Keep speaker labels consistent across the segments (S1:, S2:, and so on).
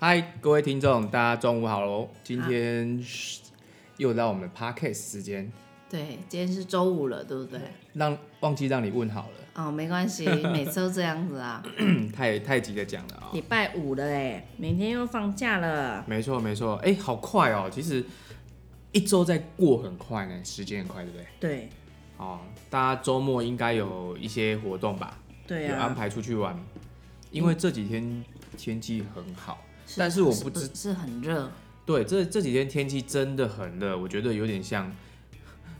S1: 嗨，各位听众，大家中午好
S2: 啊
S1: 喽！今天是又到我们的 podcast 时间，
S2: 对，今天是周五了，对不对？
S1: 让忘记让你问好了，
S2: 哦，没关 系，每次都这样子啊。
S1: 嗯太太急着讲了啊、
S2: 礼拜五了哎，明天又放假了。
S1: 没错，没错，哎、好快哦！其实一周在过很快呢，时间很快，对不对？
S2: 对，
S1: 哦，大家周末应该有一些活动吧？
S2: 对
S1: 有安
S2: 啊。
S1: 排出去玩，因为这几天天气很好，但是
S2: 是
S1: 我不知
S2: 是是很热，
S1: 对，这这几天天气真的很热，我觉得有点像，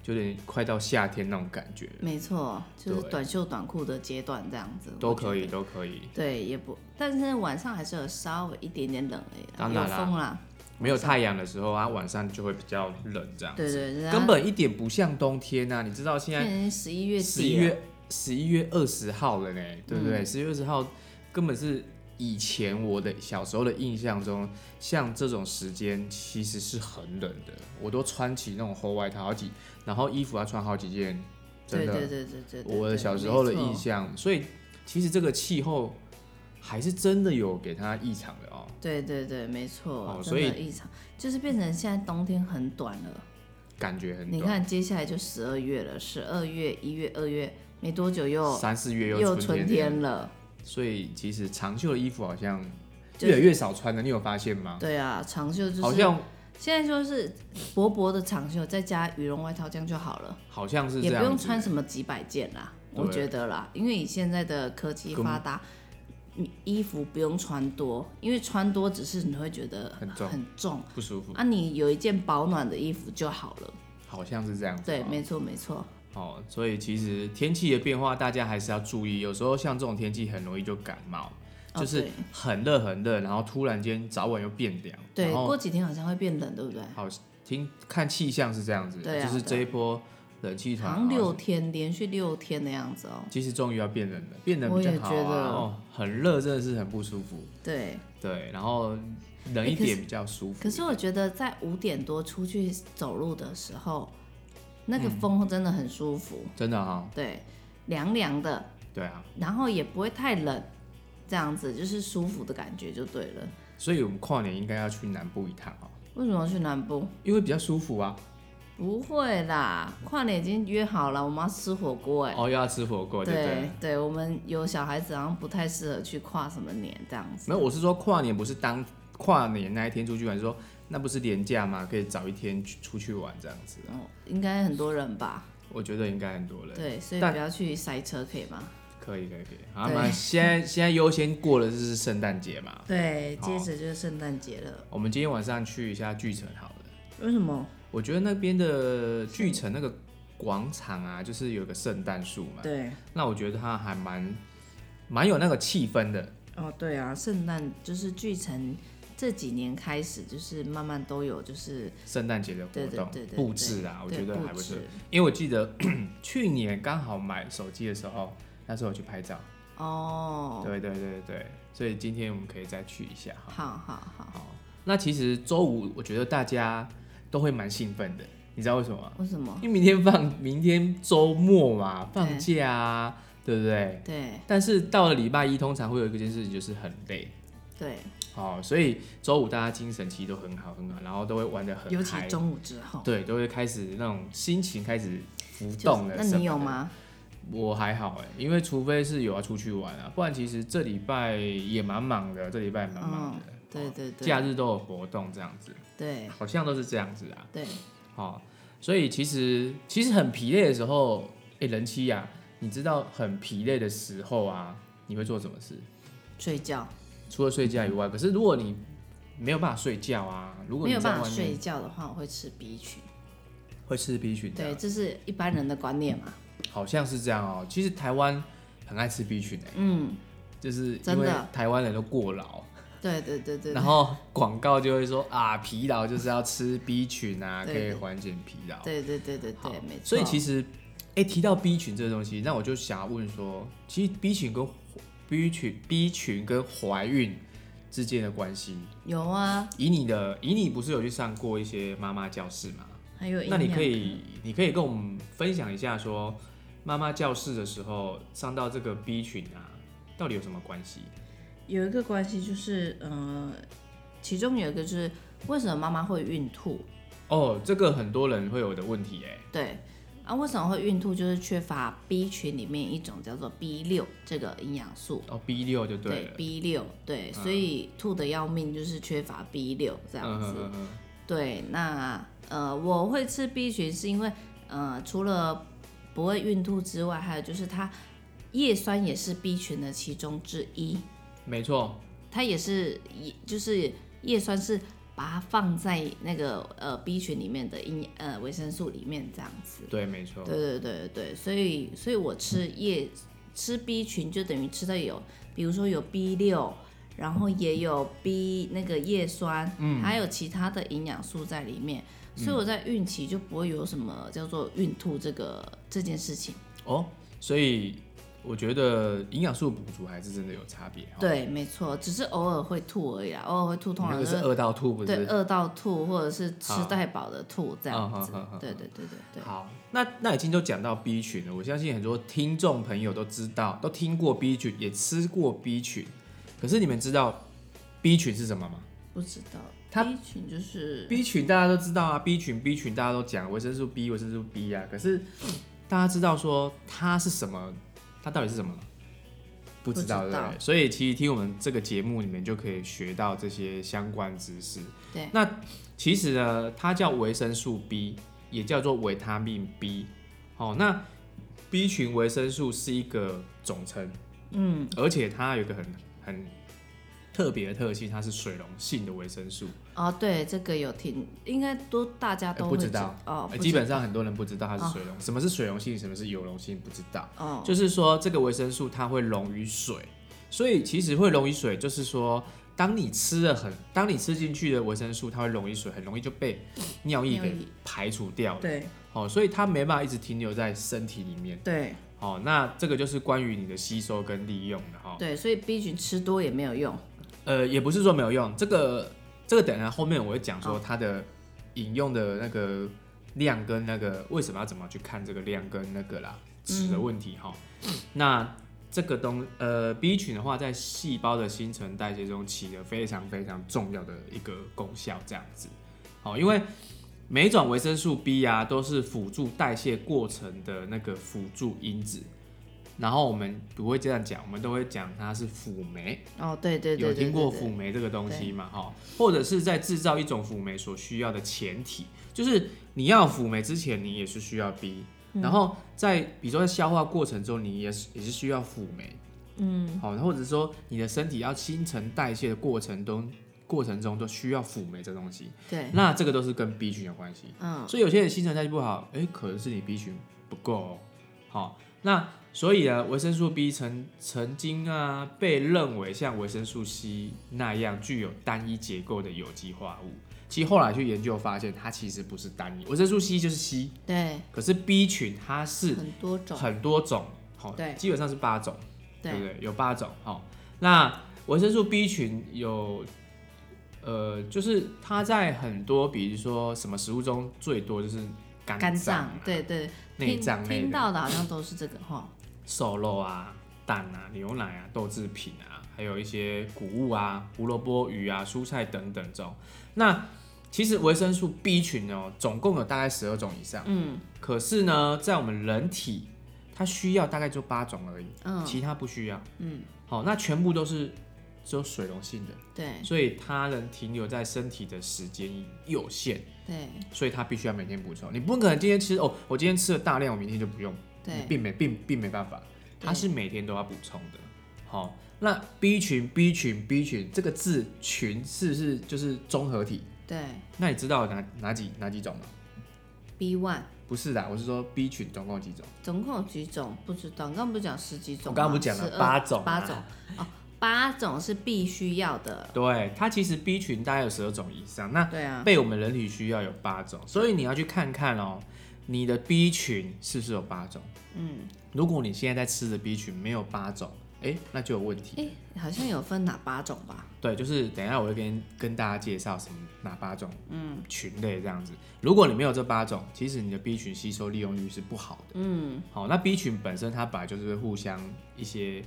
S1: 有点快到夏天那种感觉，
S2: 没错，就是
S1: 对
S2: 短袖短裤的阶段这样子
S1: 都可。
S2: 我
S1: 以，
S2: 觉得
S1: 都可以。
S2: 对，也不，但是晚上还是有稍微一点点冷哎，
S1: 当然啦
S2: 有风啦。
S1: 没有太阳的时候啊，晚上就会比较冷，这样
S2: 对啊对，人家
S1: 根本一点不像冬天啊！你知道现
S2: 现在十一
S1: 在
S2: 月
S1: 十一
S2: 底了，啊嗯
S1: 月十一月二十号了呢，对不对？十一、月二十号根本是以前我的小时候的印象中，像这种时间其实是很冷的，我都穿起那种厚外套好几，然后衣服要穿好几件，真
S2: 对
S1: 的，
S2: 对对对对对，
S1: 我的
S2: 对
S1: 小时候的
S2: 没错
S1: 印象，所以其实这个气候还是真的有给它异常的哦。
S2: 对对对，没错，
S1: 哦
S2: 真
S1: 所以
S2: 的异常，就是变成现在冬天很短了。
S1: 感觉很
S2: 你
S1: 短，
S2: 看，接下来就十二月了，十二月、一月、二月没多久又
S1: 三四月
S2: 又
S1: 春天
S2: 春
S1: 了
S2: 天了。
S1: 所以其实长袖的衣服好像
S2: 就是
S1: 越来越少穿了，你有发现吗？
S2: 对啊，长袖就是
S1: 好像
S2: 现在就是薄薄的长袖，再加羽绒外套，这样就好了，
S1: 好像是这
S2: 也
S1: 样
S2: 不
S1: 子，
S2: 用穿什么几百件啦。
S1: 对
S2: 我觉得啦，因为你现在的科技
S1: 根本
S2: 发达，你衣服不用穿多，因为穿多只是你会觉得
S1: 很重嗯
S2: 很重
S1: 不舒服，
S2: 啊，你有一件保暖的衣服就好了。
S1: 好像是这样子哦。
S2: 对，没错没错，
S1: 哦，所以其实天气的变化大家还是要注意，有时候像这种天气很容易就感冒，
S2: 哦
S1: 就是
S2: 对
S1: 很热很热，然后突然间早晚又变凉，
S2: 对，
S1: 然后
S2: 过几天好像会变冷，对不对？
S1: 好听看气象是这样子，
S2: 对啊
S1: 就是这一波冷气团
S2: 好像六天连续六天的样子哦。
S1: 其实终于要变冷了，变冷
S2: 我
S1: 比较
S2: 也
S1: 好
S2: 觉
S1: 啊。
S2: 得
S1: 哦，很热真的是很不舒服，
S2: 对，
S1: 对，然后冷一
S2: 欸可是
S1: 点比较舒服。
S2: 可是我觉得在五点多出去走路的时候，那个风真的很舒服，
S1: 真的哈、
S2: 对，凉凉的，
S1: 对啊，
S2: 然后也不会太冷，这样子就是舒服的感觉就对了。
S1: 所以我们跨年应该要去南部一趟哦，
S2: 为什么要去南部？
S1: 因为比较舒服啊。
S2: 不会啦，跨年已经约好了，我们要吃火锅哎、
S1: 哦，又要吃火锅，对不
S2: 对
S1: 对？
S2: 对，我们有小孩子，好像不太适合去跨什么年这样子。
S1: 没有，我是说跨年不是当跨年那一天出去玩，是说那不是年假嘛，可以早一天去出去玩这样子。
S2: 哦，应该很多人吧？
S1: 我觉得应该很多人，
S2: 对，所以
S1: 但
S2: 不要去塞车，可以吗？
S1: 可以可以可以。好，
S2: 对
S1: 那现在现在优先过的就是圣诞节嘛，
S2: 对，
S1: 好
S2: 接着就是圣诞节了。
S1: 我们今天晚上去一下巨城好了。
S2: 为什么？
S1: 我觉得那边的巨城那个广场啊，就是有个圣诞树嘛，
S2: 对，
S1: 那我觉得它还蛮蛮有那个气氛的。
S2: 哦，对啊，圣诞就是巨城这几年开始，就是慢慢都有，就是
S1: 圣诞节的活
S2: 对对
S1: 动
S2: 对对
S1: 布置啊，我
S2: 对
S1: 觉得
S2: 布
S1: 还不错
S2: 置。
S1: 因为我记得 去年刚好买手机的时候，那时候我去拍照。
S2: 哦，
S1: 对对对对对，所以今天我们可以再去一下哈。
S2: 好好好，
S1: 好，那其实周五我觉得大家都会蛮兴奋的，你知道为什么吗？
S2: 为什么？
S1: 因为明天放，明天周末嘛，放
S2: 对
S1: 假啊，对不对？
S2: 对
S1: 但是到了礼拜一，通常会有一件事情就是很累，
S2: 对，
S1: 哦，所以周五大家精神其实都很好很好，然后都会玩的很
S2: 尤其
S1: 嗨，
S2: 中午之后，
S1: 对，都会开始那种心情开始浮
S2: 就是
S1: 动了。
S2: 那你有？吗？
S1: 我还好哎，因为除非是有要出去玩啊，不然其实这礼拜也蛮忙的，这礼拜也蛮忙的，
S2: 嗯
S1: 哦
S2: 对对对，
S1: 假日都有活动这样子，
S2: 对
S1: 好像都是这样子啊，
S2: 对，
S1: 哦，所以其实其实很疲累的时候，哎、人妻呀、你知道很疲累的时候啊，你会做什么事？
S2: 睡觉
S1: 除了睡觉以外，可是如果你没有办法睡觉啊，如果
S2: 没
S1: 你
S2: 有
S1: 在
S2: 办
S1: 外
S2: 法睡
S1: 面
S2: 觉的话，我会吃 B 群。
S1: 会吃 B 群的，
S2: 对，这是一般人的观念嘛。
S1: 好像是这样哦、其实台湾很爱吃 B 群诶、欸
S2: 嗯，
S1: 就是因
S2: 真
S1: 为
S2: 的
S1: 台湾人都过劳，
S2: 对对对对
S1: 然后广告就会说啊，疲劳就是要吃 B 群啊，可以
S2: 对对
S1: 缓解疲劳。
S2: 对对对对
S1: 好
S2: 对，没错。
S1: 所以其实，哎、提到 B 群这个东西，那我就想要问说，其实 B 群跟 B 群 B 群跟怀孕之间的关系，
S2: 有啊，
S1: 以你的以你不是有去上过一些妈妈教室吗？
S2: 还有
S1: 那你可
S2: 以
S1: 以，你可以跟我们分享一下说，妈妈教室的时候上到这个 B 群啊，到底有什么关系？
S2: 有一个关系就是，呃，其中有一个就是为什么妈妈会孕吐？
S1: 哦，这个很多人会有的问题哎、
S2: 对啊，为什么会孕吐？就是缺乏 B 群里面一种叫做 B 六这个营养素。
S1: 哦，B 六就对嗯了，
S2: B 六，对，所以吐的要命，就是缺乏 B 六这样子。
S1: 嗯嗯嗯
S2: 对，那呃，我会吃 B 群是因为呃，除了不会孕吐之外，还有就是它叶酸也是 B 群的其中之一，
S1: 嗯没错，
S2: 它也是也就是叶酸是把它放在那个呃 B 群里面的营呃维生素里面这样子。
S1: 对，没错，
S2: 对对对对对，所以所以我吃叶吃 B 群就等于吃的有，比如说有 B 六，然后也有 B 那个叶酸，嗯，还有其他的营养素在里面，所以我在孕期就不会有什么叫做孕吐这个这件事情。
S1: 哦，所以我觉得营养素补足还是真的有差别、哦，
S2: 对，没错，只是偶尔会吐而已啦，偶尔会吐，
S1: 你
S2: 通
S1: 那
S2: 常
S1: 个
S2: 就是是
S1: 饿到吐，不
S2: 对
S1: 是？
S2: 饿到吐，或者是吃
S1: 好
S2: 太饱的吐这样子
S1: 嗯嗯嗯嗯。
S2: 对对对对对。
S1: 好，那那已经都讲到 B 群了，我相信很多听众朋友都知道，都听过 B 群，也吃过 B 群，可是你们知道 B 群是什么吗
S2: 不知道，
S1: 它
S2: B 群就是
S1: ？B 群大家都知道啊，B 群 B 群大家都讲维生素 B 维生素 B 啊，可是大家知道说它是什么，它到底是什么吗？不知道，
S2: 不
S1: 对
S2: 知道
S1: 不对？所以其实听我们这个节目，你们就可以学到这些相关知识。
S2: 对
S1: 那其实呢，它叫维生素 B，也叫做维他命 B。好、那 B 群维生素是一个总称，嗯，而且它有一个很很特别的特性，它是水溶性的维生素。
S2: 哦，对，这个有听，应该都大家
S1: 呃
S2: 都
S1: 不
S2: 会
S1: 知道
S2: 哦
S1: 呃，
S2: 不
S1: 基
S2: 知
S1: 本上很多人不知道它
S2: 哦
S1: 是水溶，什么是水溶性，什么是油溶性，不知道。
S2: 哦，
S1: 就是说这个维生素它会溶于水，所以其实会溶于水，就是说当你吃了很，当你吃进去的维生素，它会溶于水，很容易就被尿液
S2: 尿
S1: 给
S2: 液
S1: 排除掉了。
S2: 对
S1: 哦，所以它没办法一直停留在身体里面。
S2: 对
S1: 哦，那这个就是关于你的吸收跟利用的哈、哦。
S2: 对，所以 B 群吃多也没有用，
S1: 呃，也不是说没有用，这个这个等一下后面我会讲说它的饮用的那个量跟那个为什么要怎么去看这个量跟那个啦值的问题哈、那这个东呃 B 群的话，在细胞的新陈代谢中起了非常非常重要的一个功效，这样子。好、因为每一种维生素 B 啊，都是辅助代谢过程的那个辅助因子。然后我们不会这样讲，我们都会讲它是辅酶。
S2: 哦，对对
S1: 有
S2: 对对，
S1: 听
S2: 对
S1: 过
S2: 对
S1: 辅酶这个东西嘛？哈，或者是在制造一种辅酶所需要的前提，就是你要辅酶之前，你也是需要 B，、然
S2: 嗯
S1: 后在比如说在消化过程中，你也是也是需要辅酶，嗯，好，或者说你的身体要新陈代谢的过程中，过程中都需要辅酶这东西，
S2: 对，
S1: 那这个都是跟 B 群有关系。
S2: 哎嗯，
S1: 所以有些人新陈代谢不好，哎、可能是你 B 群不够、哦。好，那所以啊，维生素 B 曾曾经啊被认为像维生素 C 那样具有单一结构的有机化物。其实后来去研究发现，它其实不是单一，维生素 C 就是 C，
S2: 对，
S1: 可是 B 群它是
S2: 很多种，
S1: 很多种，好、
S2: 对
S1: 基本上是八种。对不
S2: 对
S1: 对？有八种哈、哦。那维生素 B 群有，呃，就是它在很多，比如说什么食物中最多就是肝
S2: 肝
S1: 脏
S2: 脏
S1: 啊、，
S2: 对对，
S1: 内
S2: 听
S1: 脏类
S2: 听
S1: 的
S2: 到的好像都是这个哈，
S1: 瘦肉啊、蛋啊、牛奶啊、豆制品啊，还有一些谷物啊、胡萝卜、鱼啊、蔬菜等等这种。那其实维生素 B 群哦，总共有大概十二种以上。
S2: 嗯
S1: 可是呢，在我们人体，它需要大概就八种而已，
S2: 嗯
S1: 其他不需要。
S2: 嗯，
S1: 好、那全部都是只有水溶性的。
S2: 对
S1: 所以它能停留在身体的时间有限，
S2: 对
S1: 所以它必须要每天补充。你不可能今天吃哦，我今天吃了大量，我明天就不用，你
S2: 对
S1: 并没并并没办法，
S2: 对
S1: 它是每天都要补充的。好，那 B 群 B 群 B 群这个字群是不是就是综合体？
S2: 对
S1: 那你知道哪哪几哪几种吗？
S2: ，B one
S1: 不是的，我是说 B 群总共有几种？
S2: 总共有几种？不知道，你刚刚不是讲十几种吗？
S1: 我刚刚不讲了
S2: 12
S1: 八种啊
S2: 八种哦，八种是必须要的，
S1: 对，它其实 B 群大概有十二种以上。那
S2: 对啊，
S1: 被我们人体需要有八种，所以你要去看看哦，你的 B 群是不是有八种？嗯，如果你现在在吃的 B 群没有八种，哎、那就有问题。
S2: 哎，好像有分哪八种吧？
S1: 对，就是等一下我会跟跟大家介绍什么哪八种嗯群类这样子。如果你没有这八种，其实你的 B 群吸收利用率是不好的。嗯，好，那 B 群本身它本来就是会互相一些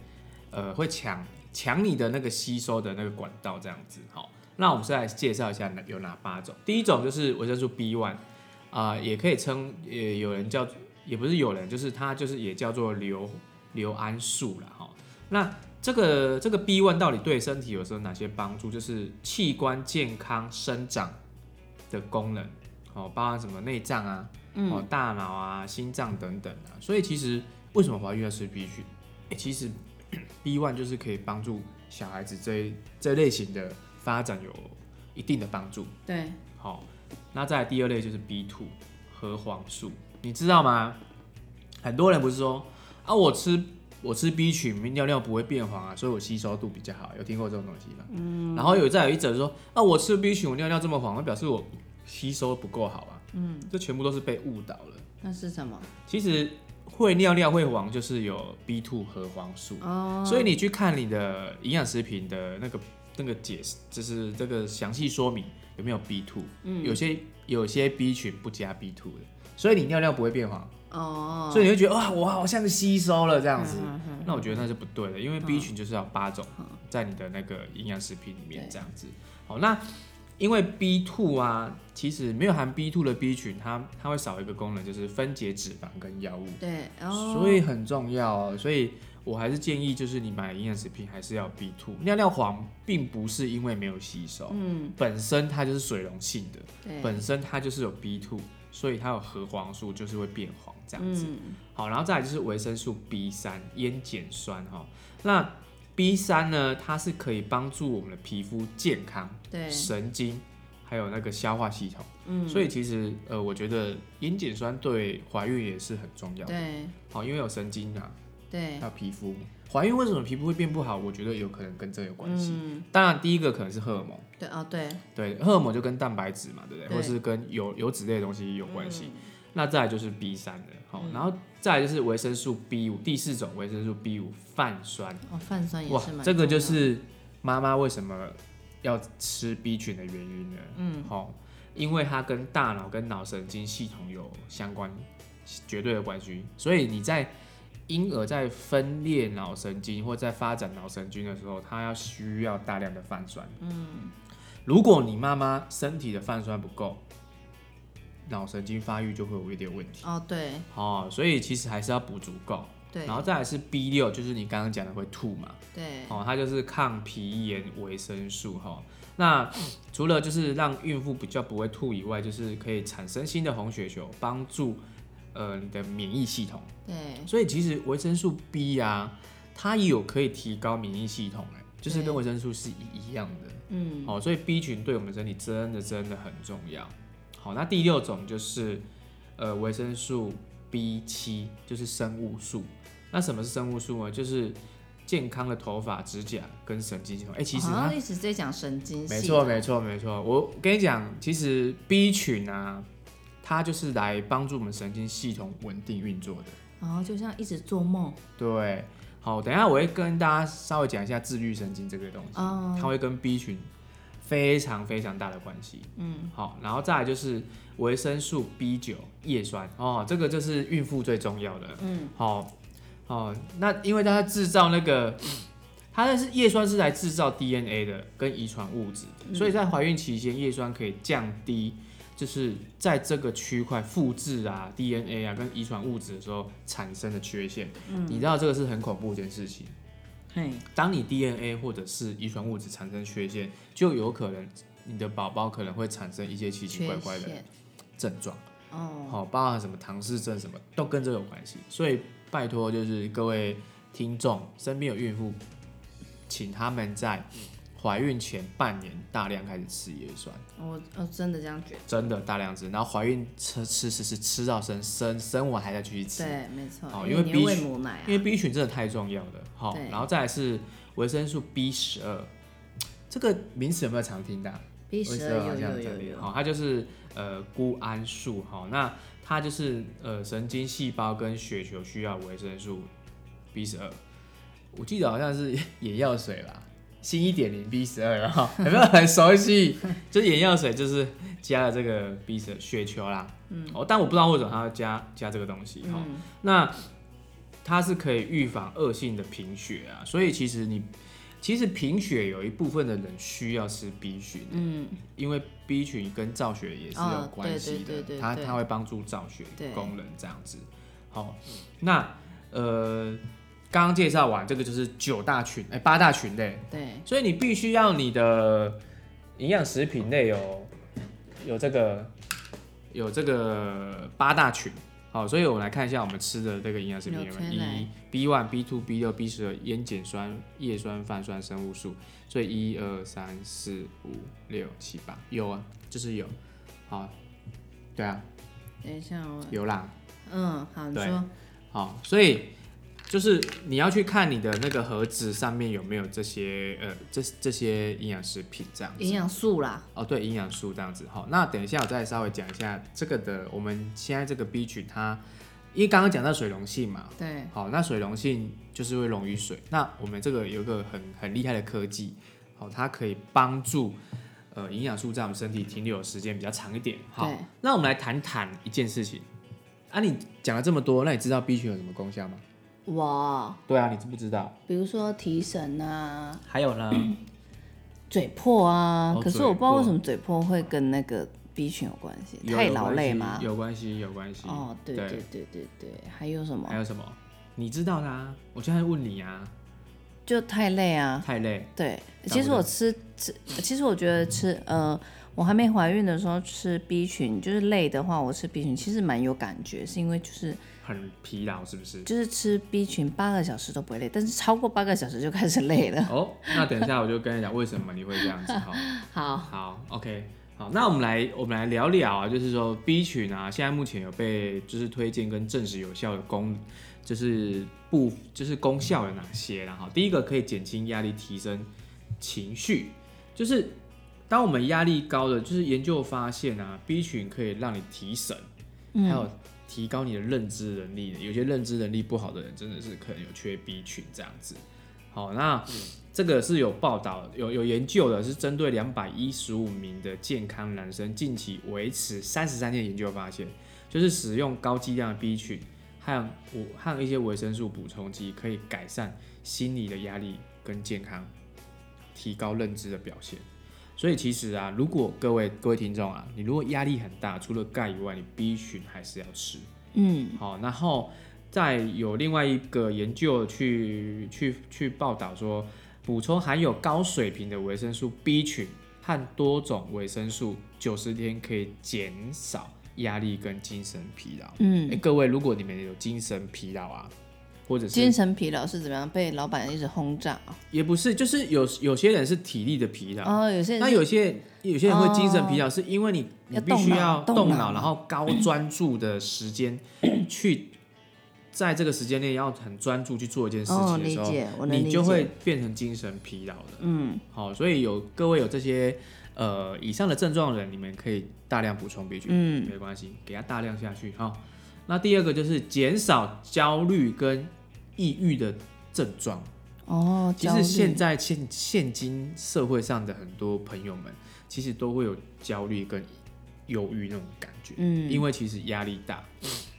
S1: 呃会抢抢你的那个吸收的那个管道这样子，好，那我们是来介绍一下哪有哪八种。第一种就是维生素 B one，啊、也可以称也有人叫，也不是有人，就是它就是也叫做硫硫胺素了哈。那这个这个 B one 到底对身体有时候哪些帮助？就是器官健康生长的功能哦，包含什么内脏啊，哦大脑啊、心脏等等啊。所以其实为什么怀孕要吃 B 群？欸其实 B one 就是可以帮助小孩子这一这类型的发展有一定的帮助。
S2: 对，
S1: 好、那再来第二类就是 B two 核黄素，你知道吗？很多人不是说啊，我吃我吃 B 群，尿尿不会变黄啊，所以我吸收度比较好，有听过这种东西吗？嗯。然后有再有一则说啊，我吃 B 群，我尿尿这么黄，那表示我吸收不够好啊。嗯，这全部都是被误导了。
S2: 那是什么？
S1: 其实会尿尿会黄，就是有 B two 核黄素。
S2: 哦，
S1: 所以你去看你的营养食品的那个那个解释，就是这个详细说明有没有 B two，、有
S2: 嗯
S1: 些有些 B 群不加 B two 的，所以你尿尿不会变黄，
S2: 哦，
S1: 所以你会觉得哇，我好像吸收了这样子。
S2: 嗯嗯
S1: 那我觉得那是不对的，因为 B 群就是要八种在你的那个营养食品里面
S2: 对
S1: 这样子。好，那因为 B two 啊，其实没有含 B two 的 B 群，它它会少一个功能，就是分解脂肪跟药物。
S2: 嗯对，哦，
S1: 所以很重要哦。所以我还是建议，就是你买营养食品还是要 B two。尿尿黄并不是因为没有吸收，
S2: 嗯，
S1: 本身它就是水溶性的，
S2: 对，
S1: 本身它就是有 B two，所以它有核黄素，就是会变黄这样子。
S2: 嗯，
S1: 好，然后再来就是维生素 B 三烟碱酸哈、那 B 三呢，它是可以帮助我们的皮肤健康、
S2: 对，
S1: 神经。还有那个消化系统，嗯，所以其实呃，我觉得烟碱酸对怀孕也是很重要的。
S2: 对，
S1: 好，因为有神经啊，
S2: 对，
S1: 还有皮肤。怀孕为什么皮肤会变不好？我觉得有可能跟这有关系。
S2: 嗯，
S1: 当然，第一个可能是荷尔蒙，
S2: 对，哦，对，
S1: 对，荷尔蒙就跟蛋白质嘛，对不对？
S2: 对嗯
S1: 或是跟油油脂类的东西有关系。那再来就是 B 三的，好，然后再来就是维生素 B 五，第四种维生素 B 五泛酸。
S2: 哦，泛酸也
S1: 哇
S2: 是蛮，
S1: 这个就
S2: 重要的
S1: 是妈妈为什么要吃 B 群的原因呢？嗯，好、因为它跟大脑跟脑神经系统有相关绝对的关系，所以你在婴儿在分裂脑神经或在发展脑神经的时候，它要需要大量的泛酸。嗯，如果你妈妈身体的泛酸不够，脑神经发育就会有一点问题。
S2: 哦，对，
S1: 哦，所以其实还是要补足够，
S2: 对
S1: 然，后再来是 B 六，就是你刚刚讲的会吐嘛，
S2: 对，
S1: 哦，它就是抗皮炎维生素哈、那除了就是让孕妇比较不会吐以外，就是可以产生新的红血球，帮助呃你的免疫系统。
S2: 对，
S1: 所以其实维生素 B 啊，它也有可以提高免疫系统哎、就是跟维生素是一一样的。
S2: 嗯，
S1: 好、所以 B 群对我们身体真的真的很重要。好，那第六种就是呃维生素 B 七，就是生物素。那什么是生物素呢？就是健康的头发、指甲跟神经系统。哎、其实
S2: 好
S1: 它、
S2: 像一直在讲神经哦系，
S1: 没错，没错，没错。我跟你讲，其实 B 群啊，它就是来帮助我们神经系统稳定运作的。
S2: 然后就像一直做梦，
S1: 对，好，等一下我会跟大家稍微讲一下自律神经这个东西，
S2: 哦
S1: 它会跟 B 群非常非常大的关系。嗯，好，然后再来就是维生素 B 九叶酸哦，这个就是孕妇最重要的。嗯，好，哦，那因为它制造那个。它那是叶酸是来制造 DNA 的跟遗传物质的，所以在怀孕期间，叶酸可以降低，就是在这个区块复制啊 DNA 啊跟遗传物质的时候产生的缺陷。
S2: 嗯
S1: 你知道这个是很恐怖的一件事情。
S2: 嘿，
S1: 当你 DNA 或者是遗传物质产生缺陷，就有可能你的宝宝可能会产生一些奇奇怪
S2: 缺
S1: 怪的
S2: 陷，
S1: 症状，
S2: 哦，
S1: 好、包含什么唐氏症什么，都跟这有关系。所以拜托，就是各位听众身边有孕妇，请他们在怀孕前半年大量开始吃叶酸，
S2: 我我真的这样觉
S1: 真的大量吃，然后怀孕吃吃吃吃吃到生生生完还在继续
S2: 得，
S1: 吃，
S2: 对，没错，
S1: 哦
S2: 因
S1: 因为
S2: 你
S1: B
S2: 喂母奶啊，
S1: 因为 B 群真的太重要了，好
S2: 对，
S1: 然后再来是维生素 B 十二，这个名词有没有常听到
S2: B 十二有
S1: 好像
S2: 有
S1: 啊这
S2: 有
S1: 里
S2: 有，
S1: 好，它就是呃钴胺素，好，那它就是呃神经细胞跟血球需要维生素 B 十二，我记得好像是 眼药水啦，新一点零 B 十二，哈，有没有很熟悉？ 就是眼药水就是 加了这个 B 十血球啦，嗯，哦，但我不知道为什么它要加加这个东西，
S2: 嗯
S1: 哈、那它是可以预防恶性的贫血啊，所以其实你其实贫血有一部分的人需要吃 B 群，
S2: 嗯，
S1: 因为 B 群跟造血也是有
S2: 哦
S1: 关系的，
S2: 对对对对
S1: 它
S2: 对
S1: 它会帮助造血
S2: 对
S1: 功能这样子。好，那呃，刚刚介绍完这个就是九大群，哎、八大群类，
S2: 对，
S1: 所以你必须要你的营养食品类有有这个有这个八大群。好，所以我们来看一下我们吃的这个营养食品有没有
S2: 纽崔莱
S1: 一 B one、B two、B 六、B 十二烟碱酸、叶酸、泛酸生物素，所以一二三四五六七八有啊，就是有。好，对啊，
S2: 等一下我，
S1: 有啦。
S2: 嗯，好，你
S1: 对
S2: 说，
S1: 好，所以就是你要去看你的那个盒子上面有没有这些呃这这些营养食品这样子。
S2: 营养素啦，
S1: 哦，对，营养素这样子。好，那等一下我再稍微讲一下这个的，我们现在这个 B 群它，因为刚刚讲到水溶性嘛，
S2: 对，
S1: 好，那水溶性就是会溶于水。那我们这个有一个很很厉害的科技，好，它可以帮助呃营养素在我们身体停留的时间比较长一点。好
S2: 对，
S1: 那我们来谈谈一件事情。啊，你讲了这么多，那你知道 B 群有什么功效吗？
S2: 我
S1: 对啊，你知不知道？
S2: 比如说提神啊，
S1: 还有呢？
S2: 嘴破啊，
S1: 哦
S2: 可是我
S1: 嘴
S2: 不知道
S1: 破
S2: 为什么嘴破会跟那个 B 群有关系，
S1: 有
S2: 太
S1: 有
S2: 劳
S1: 关
S2: 累
S1: 系
S2: 吗？
S1: 有关系，有关系。
S2: 哦，对
S1: 对
S2: 对对对对，还有什么
S1: 还？有什么？你知道啦、我现在问你啊，
S2: 就太累啊，
S1: 太累，
S2: 对，
S1: 不
S2: 其实我
S1: 了
S2: 吃吃，其实我觉得吃呃，我还没怀孕的时候吃 B 群，就是累的话，我吃 B 群其实蛮有感觉，是因为就是
S1: 很疲劳，是不是？
S2: 就是吃 B 群八个小时都不会累，但是超过八个小时就开始累了。
S1: 哦，那等一下我就跟你讲为什么你会这样子。好，
S2: 好，
S1: 好，OK，好，那我们来我们来聊聊啊，就是说 B 群啊，现在目前有被就是推荐跟证实有效的功，就是不就是功效有哪些啦？哈，第一个可以减轻压力，提升情绪，就是当我们压力高的，就是研究发现啊，B 群可以让你提神，还有提高你的认知能力的。有些认知能力不好的人，真的是可能有缺 B 群这样子。好，那这个是有报道、有有研究的，是针对两百一十五名的健康男生近期维持三十三天的研究发现，就是使用高剂量的 B 群和五和一些维生素补充剂，可以改善心理的压力跟健康，提高认知的表现。所以其实啊，如果各位各位听众啊，你如果压力很大，除了钙以外，你 B 群还是要吃。
S2: 嗯，
S1: 好，然后再有另外一个研究去去去报道说，补充含有高水平的维生素 B 群和多种维生素，九十天可以减少压力跟精神疲劳。
S2: 嗯
S1: 诶各位，如果你们有精神疲劳啊，或者
S2: 精
S1: 是
S2: 神疲劳是怎么样？被老板一直轰炸啊？
S1: 也不是，就是有有些人是体力的疲劳，
S2: 哦，有些人
S1: 那
S2: 是
S1: 有些有些人会精神疲劳，是因为你你
S2: 要
S1: 必须
S2: 动脑
S1: 要
S2: 动
S1: 动
S2: 脑
S1: 脑，然后高专注的时 间去，在这个时间内要很专注去做一件事
S2: 哦，
S1: 情的
S2: 理
S1: 时候，
S2: 解，我能理解。
S1: 你就会变成精神疲劳的。
S2: 嗯，
S1: 好，所以有各位有这些呃以上的症状的人，你们可以大量补充 B 群，
S2: 嗯
S1: 没关系，给它大量下去哈、那第二个就是减少焦虑跟抑郁的症状。
S2: 哦，
S1: 其
S2: 焦虑
S1: 实现在现现今社会上的很多朋友们，其实都会有焦虑跟忧郁那种感觉，
S2: 嗯
S1: 因为其实压力大，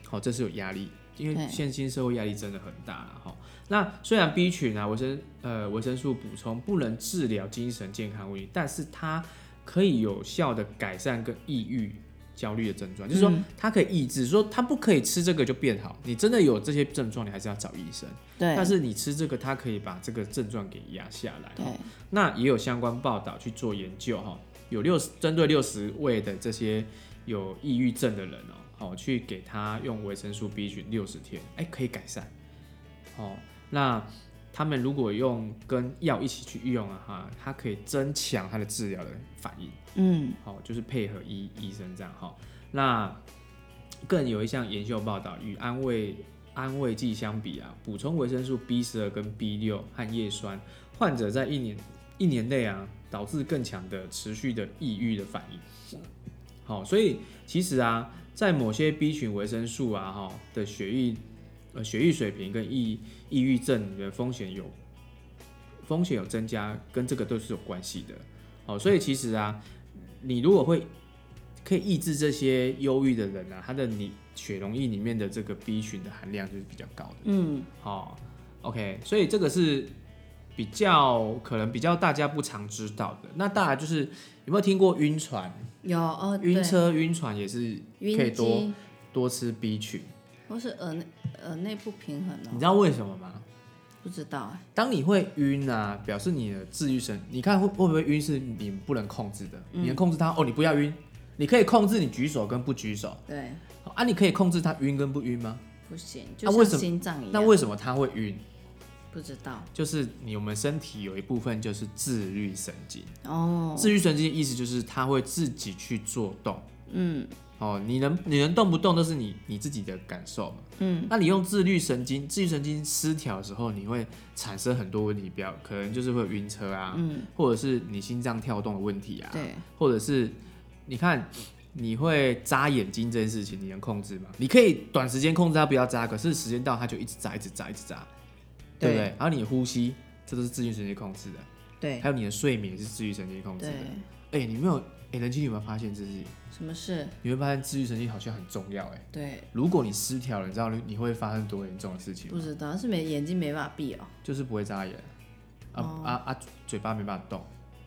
S1: 好、这是有压力，因为
S2: 对
S1: 现今社会压力真的很大了哈、那虽然 B 群啊维生呃维生素补充不能治疗精神健康问题，但是它可以有效的改善跟抑郁。焦虑的症状，就是说
S2: 嗯
S1: 它可以抑制，说它不可以吃这个就变好。你真的有这些症状，你还是要找医生。
S2: 对
S1: 但是你吃这个，它可以把这个症状给压下来。
S2: 对
S1: 那也有相关报道去做研究哈，有六十针对六十位的这些有抑郁症的人哦，好去给他用维生素 B 群六十天，哎、可以改善。哦，那他们如果用跟药一起去用啊哈，它可以增强它的治疗的反应。
S2: 嗯
S1: 好、就是配合医医生这样哈、那更有一项研究报道，与安慰安慰剂相比啊，补充维生素 B 十二跟 B 六和叶酸，患者在一年一年内啊，导致更强的持续的抑郁的反应。好、所以其实啊，在某些 B 群维生素啊哈、的血液呃血液水平跟抑抑郁症的风险有风险有增加，跟这个都是有关系的。好、所以其实啊，你如果会可以抑制这些忧郁的人啊，他的你血溶液里面的这个 B 群的含量就是比较高的。
S2: 嗯，
S1: 好、o k 所以这个是比较可能比较大家不常知道的。那当然就是有没有听过晕船、
S2: 有哦，对
S1: 晕车、晕船也是可以
S2: 晕
S1: 多
S2: 机
S1: 多吃 B 群。
S2: 或是耳内耳内不平衡
S1: 你
S2: 哦，
S1: 知道为什么吗？
S2: 不知道哎，
S1: 当你会晕啊，表示你的自愈神，你看会会不会晕是你不能控制的，
S2: 嗯
S1: 你能控制它哦，你不要晕，你可以控制你举手跟不举手
S2: 对，
S1: 啊，你可以控制它晕跟不晕吗？
S2: 不行，
S1: 那
S2: 就
S1: 啊为什么
S2: 像心脏一
S1: 那
S2: 样，
S1: 为什么它会晕？
S2: 不知道
S1: 就是你我们身体有一部分就是自律神经，
S2: 哦，
S1: 自律神经的意思就是它会自己去做动
S2: 嗯
S1: 哦，你能你能动不动都是你你自己的感受嘛。
S2: 嗯，
S1: 那你用自律神经，自律神经失调的时候，你会产生很多问题，表可能就是会晕车啊，
S2: 嗯
S1: 或者是你心脏跳动的问题啊，
S2: 对，
S1: 或者是你看你会眨眼睛这件事情，你能控制吗？你可以短时间控制它不要眨，可是时间到它就一直眨，一直眨，一直眨，对不对？然后你的呼吸，这都是自律神经控制的，
S2: 对
S1: 还有你的睡眠也是自律神经控制
S2: 对
S1: 的。，哎、你没有哎、人妻，你有没有发现自己？
S2: 什么事？
S1: 你会发现自律神经好像很重要哎、
S2: 对，
S1: 如果你失调了，你知道你你会发生多严重的事情吗
S2: 不？知道是没眼睛没办法闭哦，
S1: 就是不会眨眼，啊、
S2: 哦
S1: 啊啊，嘴巴没办法动，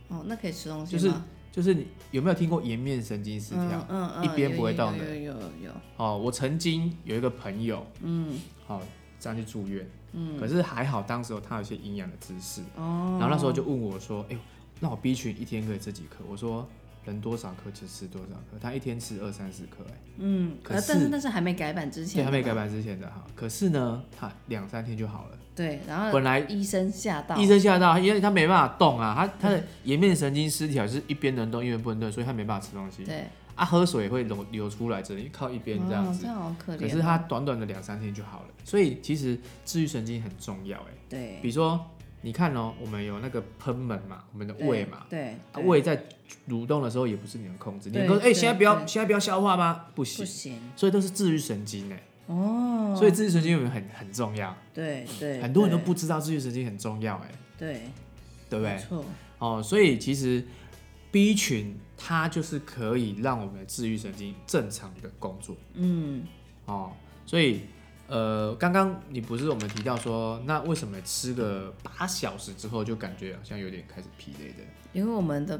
S2: 哦，那可以吃东西
S1: 就是
S2: 吗？
S1: 就是你有没有听过颜面神经失调？
S2: 嗯嗯嗯，
S1: 一边
S2: 有
S1: 不会
S2: 有
S1: 动
S2: 有
S1: 的
S2: 有有有，
S1: 哦，我曾经有一个朋友，
S2: 嗯
S1: 好、这样去住院，嗯，可是还好当时有他有一些营养的知识，
S2: 哦，
S1: 然后那时候就问我说，哎、那我 B 群一天可以吃几颗？我说人多少颗就吃多少颗，他一天吃二三十颗、哎，
S2: 嗯，
S1: 可
S2: 呃，
S1: 是
S2: 但是但是还没改版之
S1: 对，
S2: 前，
S1: 还没改，版之前的哈，可是呢，他两三天就好了，
S2: 对，然后
S1: 本来
S2: 医生吓到，
S1: 医生吓到，因为他没办法动啊，
S2: 嗯
S1: 他他的颜面神经失调，就是一边能动一边不能动，所以他没办法吃东西。
S2: 对，
S1: 啊，喝水也会流流出来，只能靠一边这样
S2: 哦
S1: 子。
S2: 这样好可怜哦，
S1: 可是他短短的两三天就好了，所以其实治愈神经很重要哎。
S2: 对
S1: 比如说，你看哦，我们有那个喷门嘛，我们的
S2: 对
S1: 胃嘛，
S2: 对
S1: 啊
S2: 对
S1: 胃在蠕动的时候也不是你能控制，你能
S2: 对
S1: 够哎
S2: 对
S1: 现在不要
S2: 对
S1: 现在不要消化吗？不
S2: 不
S1: 行，
S2: 行
S1: 所以都是治愈神经哎，
S2: 哦，
S1: 所以治愈神经有没有很很重要？
S2: 对对，
S1: 很多人都
S2: 对
S1: 不知道治愈神经很重要哎，
S2: 对，
S1: 对不对
S2: 没？错，
S1: 哦，所以其实 B 群它就是可以让我们的自愈神经正常的工作
S2: 嗯，
S1: 哦，所以呃，刚刚你不是我们提到说，那为什么吃个八小时之后就感觉好像有点开始疲累的
S2: 因为我们的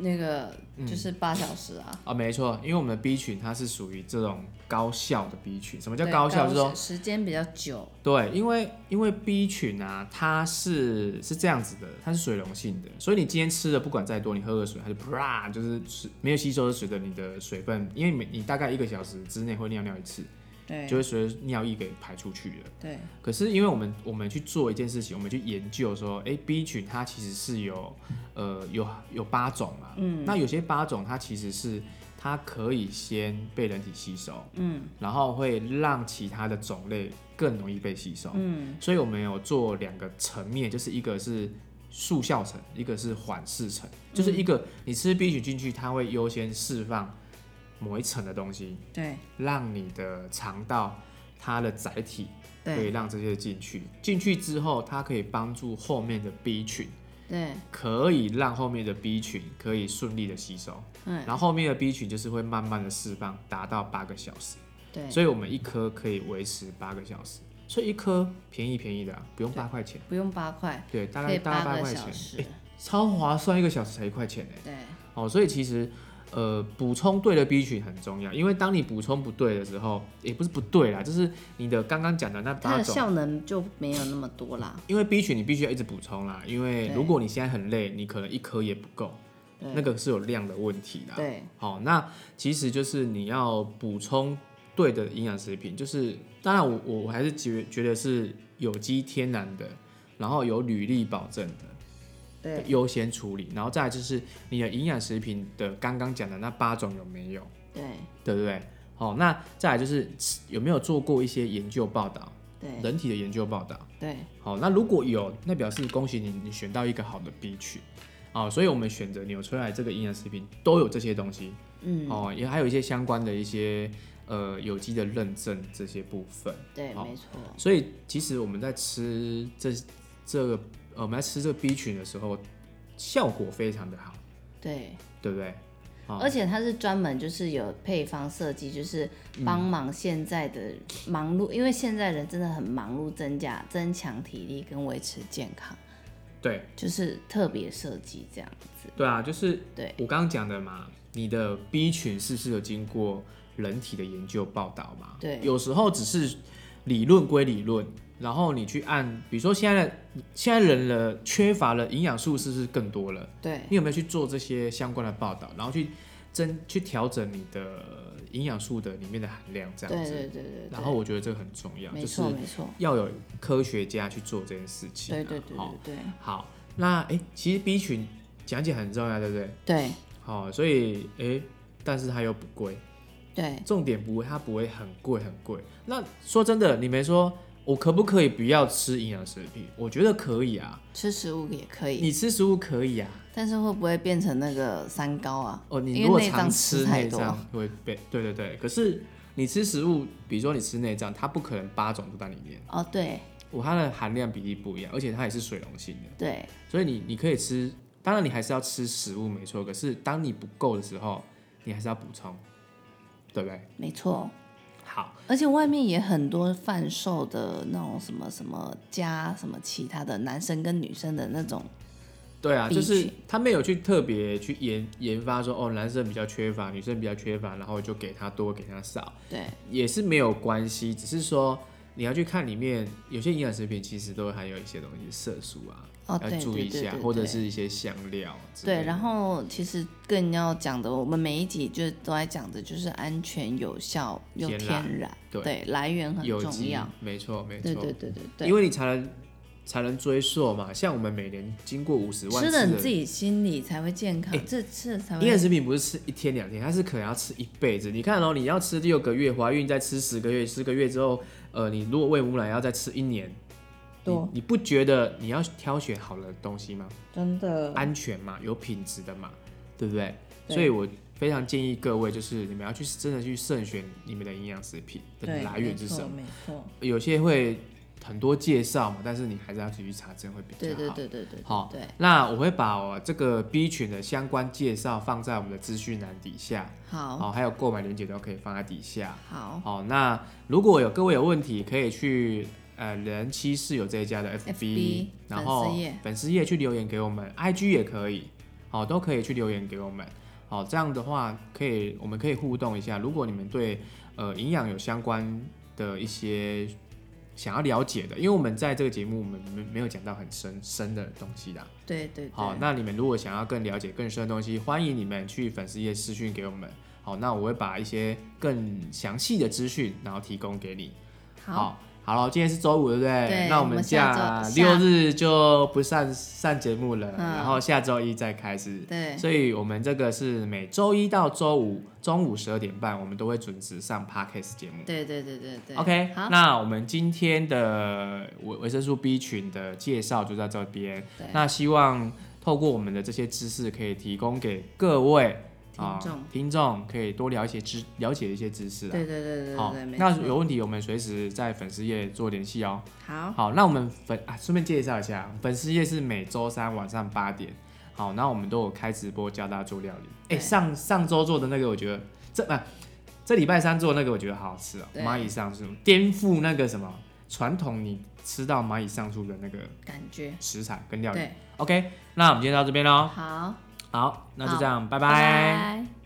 S2: 那个
S1: 嗯
S2: 就是八小时啊，
S1: 啊、没错，因为我们的 B 群它是属于这种高效的 B 群，什么
S2: 比
S1: 叫高效？就是说
S2: 时间比较久，
S1: 对，因为因为 B 群啊，它是是这样子的，它是水溶性的，所以你今天吃的不管再多，你喝个水，它就啪，就是吃没有吸收的随着你的水分，因为每你大概一个小时之内会尿尿一次，
S2: 对
S1: 就会随着尿液给排出去了。
S2: 对
S1: 可是因为我们我们去做一件事情，我们去研究说，诶 b 群它其实是有呃有有八种嘛，嗯，那有些八种它其实是它可以先被人体吸收，嗯，然后会让其他的种类更容易被吸收，嗯，所以我们有做两个层面，就是一个是。速效层，一个是缓释层，就是一个你吃 B 群进去，它会优先释放某一层的东西，
S2: 对
S1: 让你的肠道它的载体可以
S2: 对
S1: 让这些进去。进去之后，它可以帮助后面的 B 群，
S2: 对，
S1: 可以让后面的 B 群可以顺利的吸收，
S2: 嗯
S1: 然后后面的 B 群就是会慢慢的释放，达到八个小时。
S2: 对，
S1: 所以我们一颗可以维持八个小时，所以一颗便宜便宜的啊、不用八块钱，
S2: 不用八块，
S1: 对，大
S2: 可
S1: 概
S2: 以
S1: 大概
S2: 八
S1: 八
S2: 个
S1: 块
S2: 小
S1: 钱，
S2: 时，
S1: 超划算，一个小时才一块钱呢。
S2: 对
S1: 哦，所以其实。呃，补充对的 B 群很重要，因为当你补充不对的时候，也不是不对啦，就是你的刚刚讲的那
S2: 它
S1: 八
S2: 的
S1: 种，
S2: 效能就没有那么多啦，
S1: 因为 B 群你必须要一直补充啦，因为
S2: 对
S1: 如果你现在很累，你可能一颗也不够，
S2: 对
S1: 那个是有量的问题的。，
S2: 对
S1: 好，那其实就是你要补充对的营养食品，就是当然我我我还是觉觉得是有机天然的，然后有履历保证的
S2: 对
S1: 优先处理，然后再来就是你的营养食品的刚刚讲的那八种有没有，
S2: 对
S1: 对不对？好，那再来就是有没有做过一些研究报道，
S2: 对
S1: 人体的研究报道。
S2: 对
S1: 好，那如果有，那表示恭喜你，你选到一个好的 B 群。哦，所以我们选择纽崔莱这个营养食品都有这些东西，
S2: 嗯
S1: 哦，也还有一些相关的一些呃有机的认证这些部分。
S2: 对
S1: 好
S2: 没错，
S1: 所以其实我们在吃这这个呃我们在吃这个 B 群的时候，效果非常的好，
S2: 对。
S1: 对不对？哦
S2: 而且它是专门就是有配方设计，就是
S1: 嗯
S2: 帮忙现在的忙碌，因为现在人真的很忙碌，增加增强体力跟维持健康。
S1: 对
S2: 就是特别设计这样子。
S1: 对啊，就是
S2: 对
S1: 我刚刚讲的嘛，你的 B 群是不是有经过人体的研究报道嘛？
S2: 对
S1: 有时候只是理论归理论，然后你去按，比如说现在的现在人的缺乏了营养素是不是更多了？
S2: 对
S1: 你有没有去做这些相关的报道，然后去增去调整你的营养素的里面的含量这
S2: 对
S1: 样
S2: 对
S1: 子？
S2: 对对对，
S1: 然后我觉得这个很重要，
S2: 没
S1: 就是
S2: 错没错，
S1: 要有科学家去做这件事情、啊。
S2: 对对对
S1: 好
S2: 对对
S1: 好，那哎、诶其实 B 群讲解很重要，对不对？
S2: 对
S1: 好、所以哎、诶但是它又不贵，
S2: 对
S1: 重点不会，它不会很贵很贵。那说真的，你没说，我可不可以不要吃营养食品？我觉得可以啊，
S2: 吃食物也可以，
S1: 你吃食物可以啊。
S2: 但是会不会变成那个三高啊？
S1: 哦，你
S2: 因
S1: 如果
S2: 为内
S1: 常
S2: 脏
S1: 吃
S2: 太
S1: 内
S2: 多，
S1: 脏会被，对对对。可是你吃食物，比如说你吃内脏，它不可能八种都在里面，
S2: 哦对
S1: 我它的含量比例不一样，而且它也是水溶性的，
S2: 对
S1: 所以你你可以吃，当然你还是要吃食物没错，可是当你不够的时候，你还是要补充，对不对？
S2: 没错。
S1: 好，
S2: 而且外面也很多贩售的那种什么什么加什么其他的男生跟女生的那种，
S1: 对啊，
S2: B
S1: 就是
S2: 群
S1: 他没有去特别去研研发说，哦，男生比较缺乏，女生比较缺乏，然后就给他多，给他少，
S2: 对
S1: 也是没有关系，只是说你要去看里面有些营养食品其实都含有一些东西色素啊，
S2: 哦
S1: 要
S2: 对
S1: 注
S2: 对
S1: 意一
S2: 对
S1: 下，
S2: 对
S1: 或者
S2: 对
S1: 是一些香料之类的。
S2: 对。然后其实更要讲的，我们每一集就都在讲的就是安全、有效又
S1: 天
S2: 天
S1: 然
S2: 然，
S1: 对
S2: 来源很
S1: 有
S2: 重
S1: 机
S2: 要。，
S1: 没错没
S2: 对
S1: 错，
S2: 对对对对，
S1: 因为你才能才能追溯嘛。像我们每年经过五十万
S2: 吃
S1: 次
S2: 了你
S1: 的
S2: 自己心里才会健康，这吃了才
S1: 营养
S2: 会。
S1: 食品不是吃一天两天，它是可能要吃一辈子。你看哦，你要吃六个月，怀孕再吃十个月，十个月之后，呃，你如果喂母奶要再吃一年，你
S2: 对
S1: 你不觉得你要挑选好的东西吗？
S2: 真的
S1: 安全嘛，有品质的嘛，对不对？
S2: 对
S1: 所以我非常建议各位，就是你们要去真的去慎选你们的营养食品的
S2: 对，
S1: 来源是什么。
S2: 没错，没错
S1: 有些会很多介绍嘛，但是你还是要自己去查证会比较
S2: 对
S1: 好。
S2: 对对对对，
S1: 好
S2: 对，
S1: 那我会把我这个 B 群的相关介绍放在我们的资讯栏底下，
S2: 好
S1: 好、还有购买链接都可以放在底下。
S2: 好
S1: 好、那如果有各位有问题，可以去呃人妻室友这一家的 FB，,
S2: FB
S1: 然后
S2: 粉丝页
S1: 粉丝页去留言给我们，IG 也可以，好、都可以去留言给我们。好、这样的话可以，我们可以互动一下。如果你们对呃营养有相关的一些想要了解的，因为我们在这个节目我们没没有讲到很深深的东西啦。
S2: 对对对，
S1: 好，那你们如果想要更了解更深的东西，欢迎你们去粉丝页私讯给我们。好，那我会把一些更详细的资讯，然后提供给你。
S2: 好，，
S1: 好了，今天是周五，对不对？
S2: 对
S1: 那我
S2: 我
S1: 们
S2: 们下
S1: 假
S2: 周
S1: 六
S2: 下
S1: 日就不上上节目了，
S2: 嗯
S1: 然后下周一再开始。
S2: 对
S1: 所以我们这个是每周一到周五中午十二点半，我们都会准时上 podcast 节目。
S2: 对对对对对
S1: OK，
S2: 好，
S1: 那我们今天的维维生素 B 群的介绍就到这边
S2: 对。
S1: 那希望透过我们的这些知识，可以提供给各位啊
S2: 听众
S1: 听众可以多了解知了解一些知识啊。
S2: 对对对对
S1: 好
S2: 对，没，
S1: 那
S2: 错
S1: 有问题我们随时在粉丝页做联系哦。
S2: 好，
S1: 好，那我们粉啊，顺便介绍一下，粉丝页是每周三晚上八点。好，那我们都有开直播教大家做料理。哎、
S2: 对
S1: 上上周做的那个，我觉得这啊，这礼拜三做的那个，我觉得好好吃哦、
S2: 对
S1: 蚂蚁上树，颠覆那个什么传统，你吃到蚂蚁上树的那个
S2: 感觉
S1: 食材跟料理。
S2: 对，
S1: OK，那我们今天到这边喽。
S2: 好，
S1: 好，那就这样，拜
S2: 拜拜